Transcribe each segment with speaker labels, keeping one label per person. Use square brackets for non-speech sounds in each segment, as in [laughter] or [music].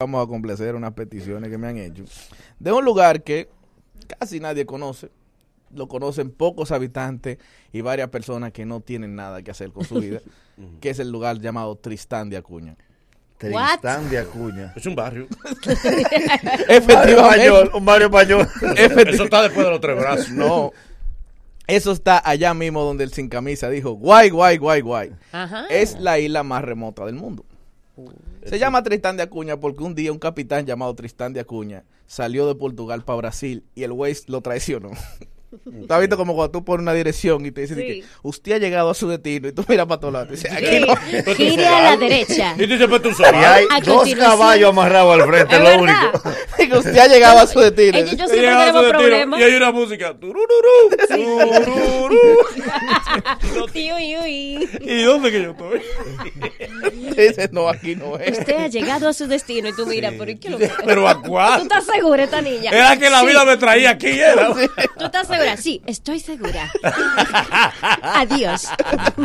Speaker 1: vamos a complacer unas peticiones que me han hecho. De un lugar que casi nadie conoce, lo conocen pocos habitantes y varias personas que no tienen nada que hacer con su vida, que es el lugar llamado Tristán de Acuña.
Speaker 2: What?
Speaker 3: Tristán de Acuña.
Speaker 4: Es
Speaker 2: [laughs]
Speaker 4: un barrio.
Speaker 3: Mario
Speaker 1: Efectivamente,
Speaker 3: [laughs] Mayor, un Mario Mayor.
Speaker 1: efecti-
Speaker 4: Eso está después de los tres brazos.
Speaker 1: no. Eso está allá mismo donde el sin camisa dijo, guay, guay, guay, guay.
Speaker 2: Ajá.
Speaker 1: Es la isla más remota del mundo. Se llama Tristán de Acuña porque un día un capitán llamado Tristán de Acuña salió de Portugal para Brasil y el güey lo traicionó. ¿Tú has visto como cuando tú pones una dirección y te dicen
Speaker 2: Sí.
Speaker 1: que usted ha llegado a su destino y tú miras para todos lados y dices, aquí
Speaker 2: Sí.
Speaker 1: no.
Speaker 2: Gire a la derecha.
Speaker 4: Y
Speaker 2: Es
Speaker 4: tú dices, pues tú
Speaker 3: Y
Speaker 4: sabes.
Speaker 3: hay
Speaker 2: A
Speaker 3: dos
Speaker 2: continuación.
Speaker 3: caballos amarrados al frente, es lo
Speaker 2: verdad.
Speaker 3: único.
Speaker 1: que usted ha llegado a su destino.
Speaker 2: Ellos- Yo
Speaker 4: Y
Speaker 2: siempre
Speaker 4: llega
Speaker 2: tenemos
Speaker 4: su destino,
Speaker 2: problemas.
Speaker 4: Y hay una música. turururú, turururú.
Speaker 2: Uy, uy,
Speaker 4: [laughs]
Speaker 2: uy.
Speaker 4: ¿Y dónde que yo estoy?
Speaker 1: Y [laughs] te dicen, no, aquí no es.
Speaker 2: Usted ha llegado a su destino y tú mira, pero ¿y qué lo
Speaker 4: Pero a
Speaker 2: ¿Tú
Speaker 4: cuál?
Speaker 2: estás segura, esta niña?
Speaker 4: Era que la
Speaker 2: Sí.
Speaker 4: vida me traía aquí, era.
Speaker 2: ¿Tú estás segura? Sí, estoy segura. Adiós.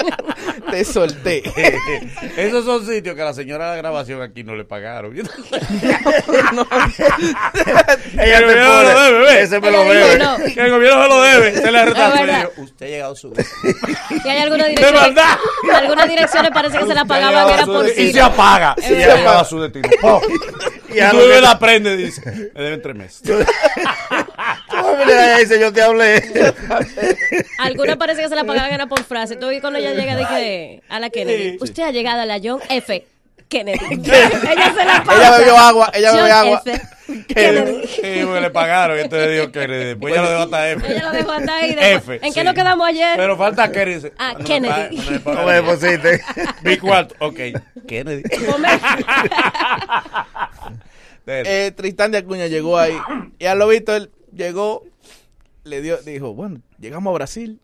Speaker 4: [laughs]
Speaker 1: Te solté.
Speaker 4: [laughs]
Speaker 1: [laughs]
Speaker 4: Esos son sitios que a la señora de la grabación aquí no le pagaron. [laughs]
Speaker 3: Ella
Speaker 4: Pero
Speaker 3: te
Speaker 4: yo no lo
Speaker 3: pone,
Speaker 4: debe, ve.
Speaker 3: ese me lo
Speaker 2: Ella dijo,
Speaker 3: bebe.
Speaker 2: no.
Speaker 4: Que el gobierno se lo debe. Se le
Speaker 2: Es
Speaker 4: retrasó. y
Speaker 2: verdad.
Speaker 4: dijo, Usted ha llegado a su
Speaker 2: Y hay algunas
Speaker 4: ¡De
Speaker 2: direcciones.
Speaker 4: verdad!
Speaker 2: Algunas direcciones parece que se la
Speaker 4: Usted ha
Speaker 2: pagaban,
Speaker 4: llegado
Speaker 2: era
Speaker 4: a su
Speaker 2: por
Speaker 4: destino.
Speaker 2: sí.
Speaker 4: Y se apaga.
Speaker 2: Es
Speaker 4: Y
Speaker 2: verdad.
Speaker 4: ha llegado a su destino. Po.
Speaker 2: [laughs]
Speaker 3: Y
Speaker 4: Y
Speaker 3: a
Speaker 4: tú
Speaker 3: lo que-
Speaker 4: la prende, dice. Me deben tres meses.
Speaker 3: Ay, mira, dice, yo te hablé.
Speaker 2: Algunas parece que se la pagaban, era por frase. Tú y cuando ella llega de que, a la Kennedy. Usted ha llegado a la John F.
Speaker 4: [laughs]
Speaker 2: Kennedy. ella se la paga.
Speaker 1: Ella bebió agua, ella bebió
Speaker 2: John
Speaker 1: agua.
Speaker 2: F. Kennedy.
Speaker 4: Sí, porque le pagaron. Entonces dijo que le- después ya lo dejó hasta F.
Speaker 2: Ella lo dejó hasta ahí. después.
Speaker 4: F,
Speaker 2: ¿En qué
Speaker 4: sí.
Speaker 2: nos quedamos ayer?
Speaker 4: Pero falta Kennedy. dice,
Speaker 2: Ah,
Speaker 4: cuando me
Speaker 2: Kennedy.
Speaker 4: pague, cuando me pague.
Speaker 3: No me deposite.
Speaker 4: Mi cuarto. Ok. Kennedy.
Speaker 2: Come.
Speaker 4: Dele.
Speaker 1: Eh, Tristán de Acuña llegó ahí y a lo visto él llegó, le dio, dijo, bueno, llegamos a Brasil,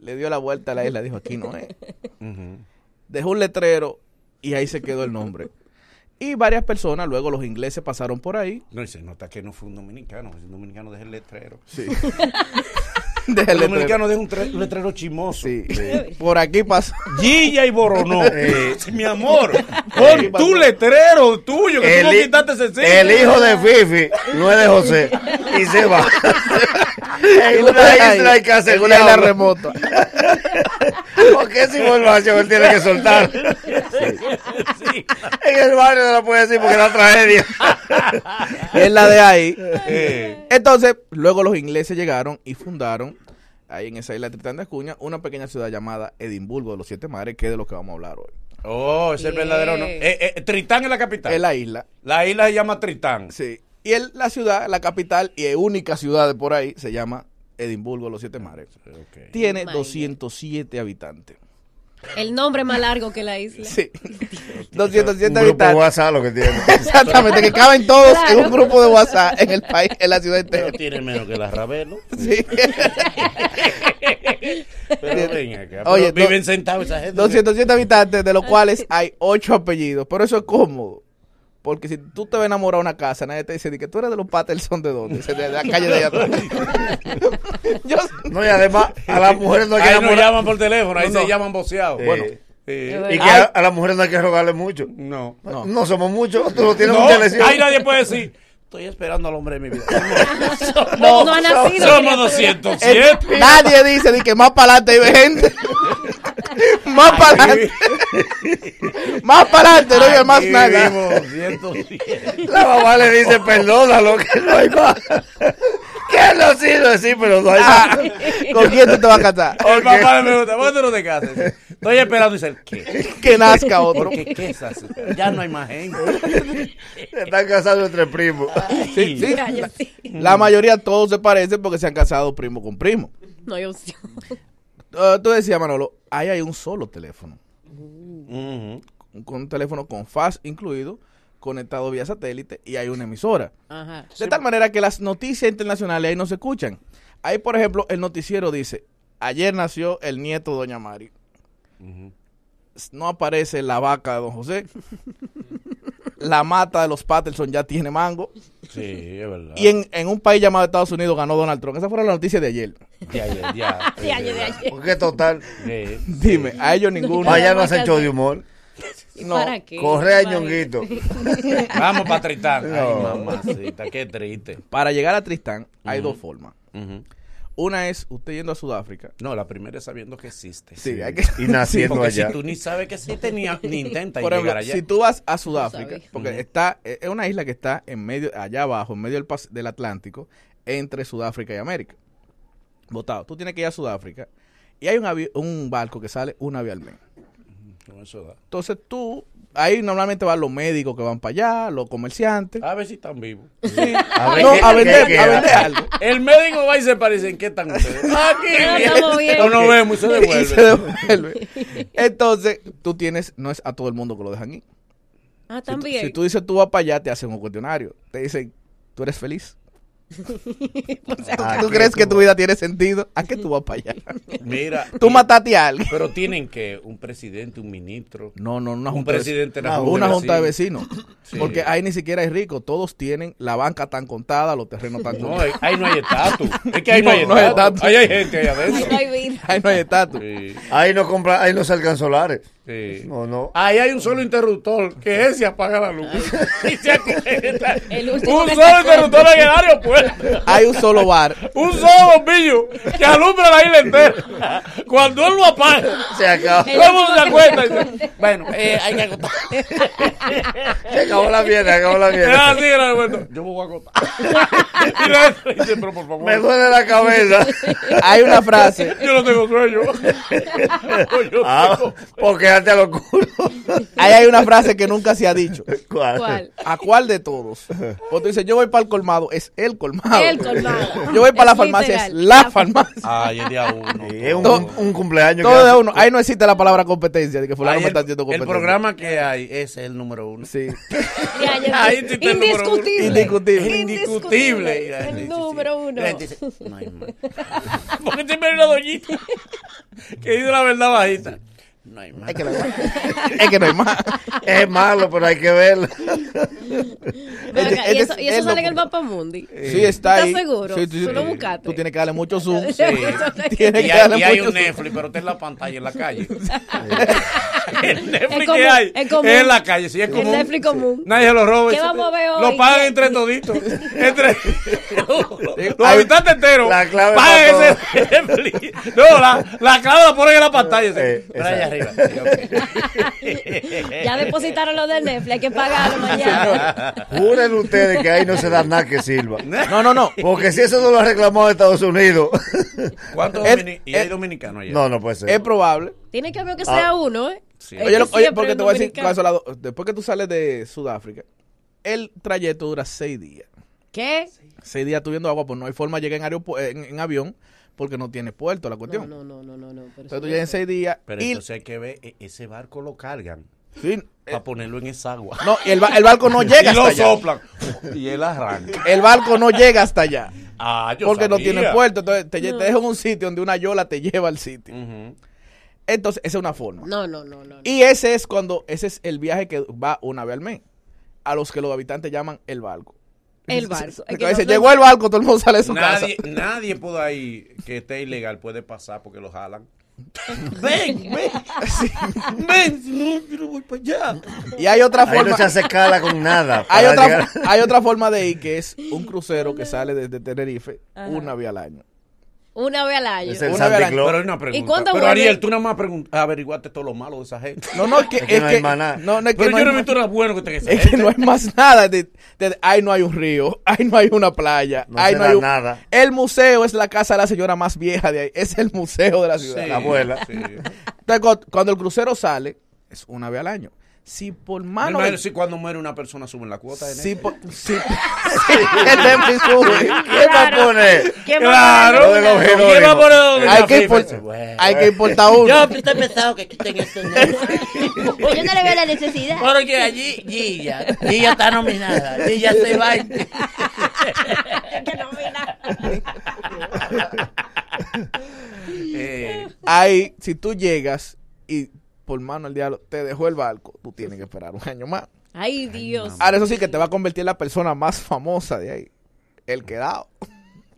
Speaker 1: le dio la vuelta a la isla, dijo, aquí no es. Dejó un letrero y ahí se quedó el nombre. Y varias personas, luego los ingleses pasaron por
Speaker 3: [laughs]
Speaker 1: ahí,
Speaker 4: No, dice, nota que no fue un dominicano. porque Si un dominicano deja el letrero.
Speaker 1: deja
Speaker 4: El
Speaker 1: el letrero,
Speaker 4: dominicano deja un, tre- un letrero chimoso.
Speaker 1: sí. por aquí pasó.
Speaker 4: Gilla y Boronó. Sí, Mi amor,
Speaker 1: Sí,
Speaker 4: pon tu
Speaker 1: pasó.
Speaker 4: letrero tuyo, que tú no
Speaker 3: hi-
Speaker 4: quitaste ese signo.
Speaker 3: el hijo de Fifi no es de José. Y se [laughs] va. [laughs] en una isla hay que hacer
Speaker 1: [laughs] En una isla
Speaker 3: diablo.
Speaker 1: remota.
Speaker 3: Porque esa información él tiene que soltar.
Speaker 4: Sí.
Speaker 3: En el barrio no la puede decir porque es la tragedia.
Speaker 1: Es la de
Speaker 3: [laughs]
Speaker 1: ahí.
Speaker 4: Eh,
Speaker 1: Entonces, luego los ingleses llegaron y fundaron, ahí en esa isla de Tristán de Acuña, una pequeña ciudad llamada Edimburgo de los Siete Mares, que es de lo que vamos a hablar hoy.
Speaker 4: oh, ese es
Speaker 2: Bien.
Speaker 4: verdadero nombre. Eh, eh, Tritán es la capital.
Speaker 1: Es
Speaker 4: la...
Speaker 1: la isla,
Speaker 4: isla se llama Tritán.
Speaker 1: sí. Y el- la ciudad, la capital y única ciudad de por ahí, se llama Edimburgo de los Siete Mares.
Speaker 4: Ok.
Speaker 1: Tiene
Speaker 2: My
Speaker 1: 207 habitantes.
Speaker 2: El nombre más largo que la [laughs] isla.
Speaker 1: Sí.
Speaker 3: Un
Speaker 1: 207
Speaker 3: grupo
Speaker 1: habitantes.
Speaker 3: WhatsApp lo que tiene.
Speaker 1: Exactamente, que caben todos en
Speaker 2: Claro.
Speaker 1: un grupo de WhatsApp en el país, en la ciudad
Speaker 4: Pero [laughs]
Speaker 1: entera.
Speaker 4: tiene menos que la Ravelo.
Speaker 3: [laughs]
Speaker 1: Sí.
Speaker 4: Pero ven acá.
Speaker 1: Oye,
Speaker 4: Oye, viven
Speaker 1: do-
Speaker 4: sentados esa gente.
Speaker 1: 207 habitantes, de los cuales hay 8 apellidos. Pero eso es cómodo. Porque si tú te vas a enamorar de una casa, nadie te dice "Di que tú eres de los Patterson de dónde, Se de la calle de allá
Speaker 3: [laughs]
Speaker 1: atrás. Yo-
Speaker 3: No, y además a las mujeres no hay que
Speaker 4: Ahí no
Speaker 3: enamorar.
Speaker 4: llaman por teléfono, ahí
Speaker 1: No, no.
Speaker 4: se llaman voceados.
Speaker 3: Eh,
Speaker 4: Bueno,
Speaker 3: Y
Speaker 4: eh,
Speaker 3: que a, a las mujeres no hay que rogarle mucho.
Speaker 4: no.
Speaker 1: No.
Speaker 3: No, somos muchos. Tú no tienes
Speaker 4: No,
Speaker 3: mucha lesión.
Speaker 4: ahí nadie puede decir. Estoy esperando al hombre de mi
Speaker 3: [laughs]
Speaker 4: vida.
Speaker 2: No, ha nacido.
Speaker 4: Somos
Speaker 2: criatura.
Speaker 4: 207.
Speaker 1: Eh, nadie dice "Di que más para adelante hay
Speaker 3: [laughs]
Speaker 1: gente. más para adelante. más para adelante, no hay más
Speaker 4: Aquí
Speaker 1: nada.
Speaker 3: [laughs]
Speaker 4: vivimos 207.
Speaker 3: La mamá le dice, perdónalo, que no hay más. [laughs] Que no sirve, sí, pero no hay más.
Speaker 1: ¿Con quién tú te vas a
Speaker 3: [laughs]
Speaker 1: casar?
Speaker 4: El papá me pregunta, ¿por qué tú no te casas? Estoy esperando y dice, ¿qué?
Speaker 1: Que nazca otro.
Speaker 4: Porque ¿qué es así? Ya no hay más gente.
Speaker 3: Se están casando entre primos.
Speaker 1: Sí, sí.
Speaker 2: Ya, ya, sí.
Speaker 1: La mayoría todos se parecen porque se han casado primo con primo.
Speaker 2: No hay opción.
Speaker 1: Eh, tú decías, Manolo, ahí hay un solo teléfono.
Speaker 4: Ujú.
Speaker 1: un- con un teléfono con FAS incluido, conectado vía satélite y hay una emisora.
Speaker 2: Ajá.
Speaker 1: De tal manera que las noticias internacionales ahí no se escuchan. Ahí, por ejemplo, el noticiero dice, ayer nació el nieto de Doña Mari. S- No aparece la vaca de Don José. [laughs] la mata de los Patterson ya tiene mango.
Speaker 4: Sí, es verdad.
Speaker 1: Y en, en un país llamado Estados Unidos ganó Donald Trump. Esa fue la noticia de ayer.
Speaker 4: De ayer, ya. Eh,
Speaker 2: De ayer, de ayer.
Speaker 3: Porque total,
Speaker 4: Sí.
Speaker 1: Dime, a ellos ninguno.
Speaker 3: allá no
Speaker 2: hay que
Speaker 3: hacen show
Speaker 2: hacer.
Speaker 3: de humor.
Speaker 2: ¿Y
Speaker 1: No,
Speaker 2: para qué?
Speaker 3: Correa
Speaker 2: Para-
Speaker 3: Ñonguito.
Speaker 4: Vamos para Tristán. Ay,
Speaker 3: No.
Speaker 4: mamacita, qué triste.
Speaker 1: Para llegar a Tristán hay dos formas.
Speaker 4: Ujú.
Speaker 1: Una es usted yendo a Sudáfrica.
Speaker 4: No, la primera es sabiendo que existe.
Speaker 1: Sí, hay que...
Speaker 3: Y naciendo
Speaker 4: Porque
Speaker 3: allá.
Speaker 4: si tú ni sabes que existe ni, ni intentas
Speaker 1: Por ejemplo,
Speaker 4: llegar allá.
Speaker 1: si tú vas a Sudáfrica,
Speaker 2: sabía.
Speaker 1: porque está eh, es una isla que está en medio allá abajo, en medio del, pas- del Atlántico, entre Sudáfrica y América. Votado, tú tienes que ir a Sudáfrica y hay un, avi- un barco que sale una vez al mes.
Speaker 4: No, eso da.
Speaker 1: Entonces tú, ahí normalmente van los médicos que van para allá, los comerciantes.
Speaker 2: Ah,
Speaker 4: A ver si están vivos.
Speaker 3: A ver
Speaker 1: no,
Speaker 3: qué-
Speaker 1: a
Speaker 3: qué
Speaker 1: vender,
Speaker 3: queda.
Speaker 1: a vender algo.
Speaker 4: El médico va y se parece en qué están ustedes.
Speaker 2: No, estamos bien.
Speaker 4: No nos vemos y
Speaker 1: [laughs]
Speaker 4: se
Speaker 1: Y se
Speaker 4: devuelve.
Speaker 1: devuelve. Entonces, tú tienes, no es a todo el mundo que lo dejan ir.
Speaker 2: Ah,
Speaker 1: Si tú-
Speaker 2: también.
Speaker 1: Si tú dices tú vas para allá, te hacen un cuestionario. Te dicen, ¿tú eres feliz?
Speaker 3: ¿A
Speaker 1: ¿Tú
Speaker 3: qué
Speaker 1: crees que
Speaker 3: tú
Speaker 1: tu vida tiene sentido? ¿A qué tú vas para allá?
Speaker 4: Mira, [laughs]
Speaker 1: ¿Tú mataste a alguien?
Speaker 4: pero tienen que un presidente, un ministro,
Speaker 1: No, no, una
Speaker 4: un
Speaker 1: junta de
Speaker 4: presidente de la
Speaker 1: vecinos. Una junta de
Speaker 4: vecinos.
Speaker 1: vecinos.
Speaker 4: Sí.
Speaker 1: Porque ahí ni siquiera hay rico. Todos tienen la banca tan contada, los terrenos tan
Speaker 4: No,
Speaker 1: contados.
Speaker 4: ahí- ahí no hay estatus. Es que ahí no,
Speaker 1: No,
Speaker 4: hay
Speaker 1: no hay
Speaker 4: estatus.
Speaker 1: estatus.
Speaker 4: Ahí hay gente ahí adentro.
Speaker 2: Ay, no hay vida.
Speaker 1: [laughs] [laughs] Ahí no hay estatus.
Speaker 4: Sí,
Speaker 3: Ahí no compra, ahí no salgan solares.
Speaker 4: sí.
Speaker 3: No, no.
Speaker 4: Ahí hay un solo interruptor, que ese apaga la luz. [laughs] Y se aprieta.
Speaker 2: El
Speaker 4: un
Speaker 2: último que
Speaker 4: solo
Speaker 2: se
Speaker 4: interruptor en el aeropuerto.
Speaker 1: Hay un solo bar.
Speaker 4: Un solo bombillo que alumbra la isla entera. Cuando él lo apaga,
Speaker 3: Se acabó,
Speaker 2: El
Speaker 4: todo el mundo se
Speaker 2: último que
Speaker 4: acuerda.
Speaker 2: se
Speaker 4: y dice, Bueno,
Speaker 2: [laughs]
Speaker 4: eh, hay que acotar.
Speaker 3: se acabó la mierda, acabó la
Speaker 4: Es
Speaker 3: mierda.
Speaker 4: así en el aeropuerto. Yo me voy a acotar. [laughs] Y la otra dice, pero por favor.
Speaker 3: Me duele la cabeza.
Speaker 1: Hay una frase.
Speaker 4: Yo no tengo sueño. Yo
Speaker 3: Ah,
Speaker 4: tengo-
Speaker 3: porque antes a lo culo.
Speaker 1: Ahí hay una frase que nunca se ha dicho.
Speaker 3: ¿Cuál?
Speaker 2: ¿Cuál?
Speaker 1: ¿A cuál de todos? Cuando dice yo voy para el colmado, es el colmado.
Speaker 2: El colmado.
Speaker 1: Yo voy para la
Speaker 2: Es
Speaker 1: farmacia, es
Speaker 2: literal.
Speaker 1: la farmacia.
Speaker 4: Ay, el día uno.
Speaker 3: Sí, es un,
Speaker 1: Todo-
Speaker 3: un cumpleaños. que
Speaker 1: Todo de
Speaker 3: hace.
Speaker 1: uno. Ahí no existe la palabra competencia, de que fulano
Speaker 4: Ay,
Speaker 1: me
Speaker 4: el,
Speaker 1: está haciendo
Speaker 4: el
Speaker 1: competencia.
Speaker 4: programa que hay ese es el número uno. [laughs]
Speaker 1: Sí.
Speaker 2: Ya, ya,
Speaker 4: Ahí sí está el número uno.
Speaker 2: indiscutible.
Speaker 1: Indiscutible.
Speaker 4: El indiscutible.
Speaker 2: indiscutible, el número uno.
Speaker 4: no hay
Speaker 2: [laughs]
Speaker 4: más. Porque siempre hay una [laughs] doñita que dice la verdad bajita. No hay más.
Speaker 1: es que no hay más.
Speaker 3: Es malo, pero hay que verlo.
Speaker 2: Ven acá,
Speaker 1: Este- este
Speaker 2: y eso,
Speaker 1: es
Speaker 2: y eso
Speaker 1: el
Speaker 2: sale en el
Speaker 1: loco.
Speaker 2: mapa mundi.
Speaker 1: Sí, está
Speaker 2: ¿Estás
Speaker 1: ahí.
Speaker 2: seguro?
Speaker 1: Sí,
Speaker 2: Tú lo buscaste.
Speaker 1: Tú tienes que darle mucho
Speaker 2: [laughs]
Speaker 1: zoom.
Speaker 2: Eso está-
Speaker 1: Tienes
Speaker 4: Y
Speaker 1: que
Speaker 4: hay,
Speaker 1: darle
Speaker 4: y hay
Speaker 1: mucho
Speaker 4: un
Speaker 1: zoom.
Speaker 4: Netflix, pero está en la pantalla, en la calle. [laughs] el Netflix
Speaker 2: Es común,
Speaker 4: que hay
Speaker 2: es común.
Speaker 4: en la calle, sí, es
Speaker 2: El
Speaker 4: común.
Speaker 2: Netflix común.
Speaker 4: Nadie se lo roba.
Speaker 2: ¿Qué
Speaker 4: Eso-
Speaker 2: vamos a ver hoy?
Speaker 4: Lo pagan
Speaker 2: ¿Qué? [laughs]
Speaker 4: entre toditos. Entre los
Speaker 1: Hay-
Speaker 4: habitantes enteros.
Speaker 3: la clave
Speaker 4: pagan
Speaker 3: para
Speaker 4: ese Netflix. No, la, la clave la ponen en la pantalla. sí.
Speaker 3: Eh,
Speaker 4: Pero ahí arriba.
Speaker 2: Ya depositaron lo del Netflix, hay que pagarlo mañana.
Speaker 3: Juren ustedes que ahí no se da nada que sirva.
Speaker 1: No, no, no.
Speaker 3: Porque si eso no lo ha reclamado Estados Unidos. [laughs]
Speaker 4: ¿Cuántos
Speaker 1: El-
Speaker 4: domini- y hay
Speaker 1: el-
Speaker 4: dominicanos allá?
Speaker 3: No, no puede
Speaker 1: Es
Speaker 3: ser.
Speaker 1: probable.
Speaker 2: Tiene que haber que sea uno, ¿eh?
Speaker 4: Sí.
Speaker 2: Es
Speaker 1: Ah.
Speaker 4: El
Speaker 1: Oye,
Speaker 2: que
Speaker 1: lo- oye,
Speaker 2: siempre
Speaker 1: porque
Speaker 2: un
Speaker 1: te voy a decir,
Speaker 2: dominicano.
Speaker 1: caso la do- después que tú sales de Sudáfrica, el trayecto dura seis días.
Speaker 2: ¿Qué?
Speaker 1: Seis días tuviendo agua, pues no hay forma de llegar en, aeropu- en- en avión porque no tiene puerto la
Speaker 2: No,
Speaker 1: cuestión.
Speaker 2: no, no, no, no. no pero
Speaker 1: Entonces tú
Speaker 2: eso-
Speaker 1: llegas en seis días
Speaker 4: Pero
Speaker 1: y,
Speaker 4: entonces hay que ver, e- ese barco lo cargan
Speaker 1: sí, eh,
Speaker 4: para ponerlo en esa agua.
Speaker 1: no, y el, ba- el barco no [laughs] llega
Speaker 4: [laughs] y lo
Speaker 1: hasta allá.
Speaker 4: soplan. Y él arranca.
Speaker 1: El barco no llega hasta allá
Speaker 4: Ah, [laughs] yo
Speaker 1: porque no
Speaker 4: sabía.
Speaker 1: tiene puerto. Entonces te, lle- te deja en un sitio donde una yola te lleva al sitio.
Speaker 4: Ujú.
Speaker 1: Entonces esa es una forma.
Speaker 2: No, no, no, no. no.
Speaker 1: Y ese es cuando, ese es el viaje que va una vez al mes. A los que los habitantes llaman el barco.
Speaker 2: El barco. Es que
Speaker 1: Porque a veces
Speaker 2: no-
Speaker 1: llegó el barco, todo el mundo sale de su
Speaker 4: Nadie,
Speaker 1: casa.
Speaker 4: nadie puede ahí que esté ilegal puede pasar porque lo jalan. ven, ven.
Speaker 1: [laughs]
Speaker 4: [laughs] Ven, no, yo no voy para allá.
Speaker 1: Y hay otra
Speaker 3: Ahí no
Speaker 1: forma.
Speaker 3: se hace escala con nada.
Speaker 1: [laughs] Hay
Speaker 3: para
Speaker 1: otra,
Speaker 3: llegar-
Speaker 1: hay otra forma de ir que es un crucero que sale desde Tenerife una vez al año.
Speaker 2: Una vez al
Speaker 3: [laughs]
Speaker 2: año.
Speaker 3: Es el
Speaker 1: Una vez
Speaker 3: Santa
Speaker 1: al
Speaker 3: Claus. [laughs]
Speaker 4: Pero hay una
Speaker 2: ¿Y
Speaker 4: pregunta.
Speaker 2: cuándo
Speaker 4: Pero
Speaker 2: vuelve?
Speaker 4: Ariel, tú nada más pregun- averiguaste todo lo malo de esa gente.
Speaker 1: No, no, es que,
Speaker 3: Es que
Speaker 1: es
Speaker 3: no hay
Speaker 1: que-
Speaker 3: más nada.
Speaker 1: no, no, [laughs] es que
Speaker 4: Pero
Speaker 1: no
Speaker 4: yo
Speaker 1: hay
Speaker 4: no he
Speaker 1: más-
Speaker 4: visto nada bueno que tenga esa
Speaker 1: es que
Speaker 4: gente.
Speaker 1: no hay
Speaker 3: [laughs]
Speaker 1: más nada. De, de- ahí no hay un río, [laughs] ahí no hay una playa,
Speaker 3: No
Speaker 1: ahí
Speaker 3: se
Speaker 1: no
Speaker 3: da
Speaker 1: hay un-
Speaker 3: nada.
Speaker 1: El museo es la casa de la señora más vieja de ahí, es el museo de la
Speaker 4: Sí,
Speaker 1: ciudad.
Speaker 3: La abuela.
Speaker 4: sí.
Speaker 1: Entonces, cu- cuando el crucero sale, es una vez al año. Si por
Speaker 4: Me
Speaker 1: mano.
Speaker 4: imagino
Speaker 1: de-
Speaker 4: si cuando muere una persona suben la cuota de
Speaker 1: Si
Speaker 4: Netflix.
Speaker 1: por.
Speaker 4: [laughs]
Speaker 1: Si, si el Netflix sube.
Speaker 3: ¿Quién va a
Speaker 2: Claro.
Speaker 3: poner?
Speaker 2: ¿Qué más
Speaker 4: Claro.
Speaker 2: da
Speaker 3: Lo de
Speaker 2: una?
Speaker 3: los Jerónimos.
Speaker 4: ¿Quién va a poner
Speaker 1: Hay
Speaker 4: una
Speaker 1: que,
Speaker 4: FIFA?
Speaker 1: import- hay que
Speaker 4: [laughs]
Speaker 1: importar uno.
Speaker 5: Yo estoy pensado que quiten eso. ¿no?
Speaker 6: Yo no le veo la
Speaker 1: [laughs]
Speaker 6: necesidad.
Speaker 5: este Porque allí Gilla, Gilla está nominada. Gilla se va.
Speaker 2: Que no vi nada.
Speaker 4: Eh,
Speaker 1: Ahí, si tú llegas y por mano al diablo te dejó el barco, tú tienes que esperar un año más.
Speaker 2: Ay, Dios.
Speaker 1: Ahora, eso sí que te va a convertir en la persona más famosa de ahí. El quedado.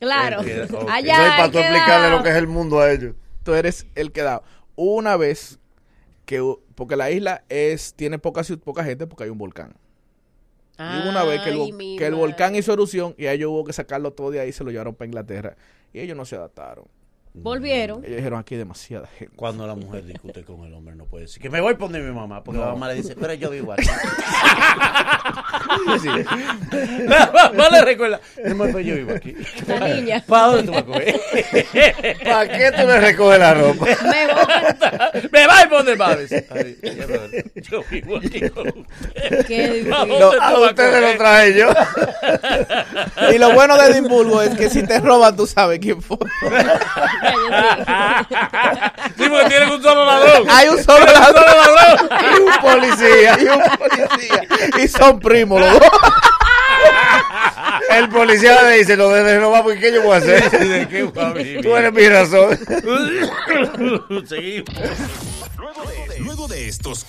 Speaker 2: Claro.
Speaker 4: Ok, ok.
Speaker 2: Allá.
Speaker 3: Eso es para
Speaker 2: hay
Speaker 3: tú
Speaker 2: que
Speaker 3: explicarle
Speaker 2: dar-
Speaker 3: lo que es el mundo a ellos.
Speaker 1: Tú eres el quedado. Una vez que u- porque la isla es tiene poca ciu- poca gente porque hay un volcán. Y hubo una vez que el,
Speaker 2: Ay,
Speaker 1: vo-
Speaker 2: mi
Speaker 1: que el
Speaker 2: madre.
Speaker 1: volcán hizo erupción y a ellos hubo que sacarlo todo de ahí y se lo llevaron para Inglaterra. Y ellos no se adaptaron. [laughs]
Speaker 2: Volvieron.
Speaker 1: Ellos dijeron, aquí hay demasiada gente.
Speaker 4: Cuando la mujer discute con el hombre, no puede decir que me voy a poner mi mamá, porque la mamá le dice, pero yo vivo aquí. [laughs] La mamá le recuerda, mi amor, pero yo vivo aquí.
Speaker 2: La niña.
Speaker 4: ¿Para dónde tú vas a coger? [laughs]
Speaker 3: ¿Para qué tú le recoges la ropa?
Speaker 2: Me
Speaker 1: [laughs]
Speaker 2: voy.
Speaker 4: me va a poner más. Ay, ya no, Yo vivo aquí con usted.
Speaker 2: Qué difícil.
Speaker 4: ¿Para
Speaker 3: No,
Speaker 4: dónde tú
Speaker 3: a
Speaker 4: vas a
Speaker 3: ustedes lo
Speaker 4: coger?
Speaker 3: traje yo.
Speaker 1: Y lo bueno de Edimburgo es que si te roban, tú sabes quién fue.
Speaker 4: Sí, porque tienen un solo ladrón.
Speaker 1: [laughs] [laughs] Hay un solo
Speaker 4: Un
Speaker 1: ladrón
Speaker 4: solo ladrón.
Speaker 3: [laughs] Y un policía.
Speaker 1: y un policía. Y son primos los dos.
Speaker 3: El policía le dice, lo de robar, porque ¿qué yo voy a hacer?
Speaker 4: ¿De qué va a vivir?
Speaker 3: Tú eres mi razón.
Speaker 4: Seguimos.
Speaker 6: Luego de estos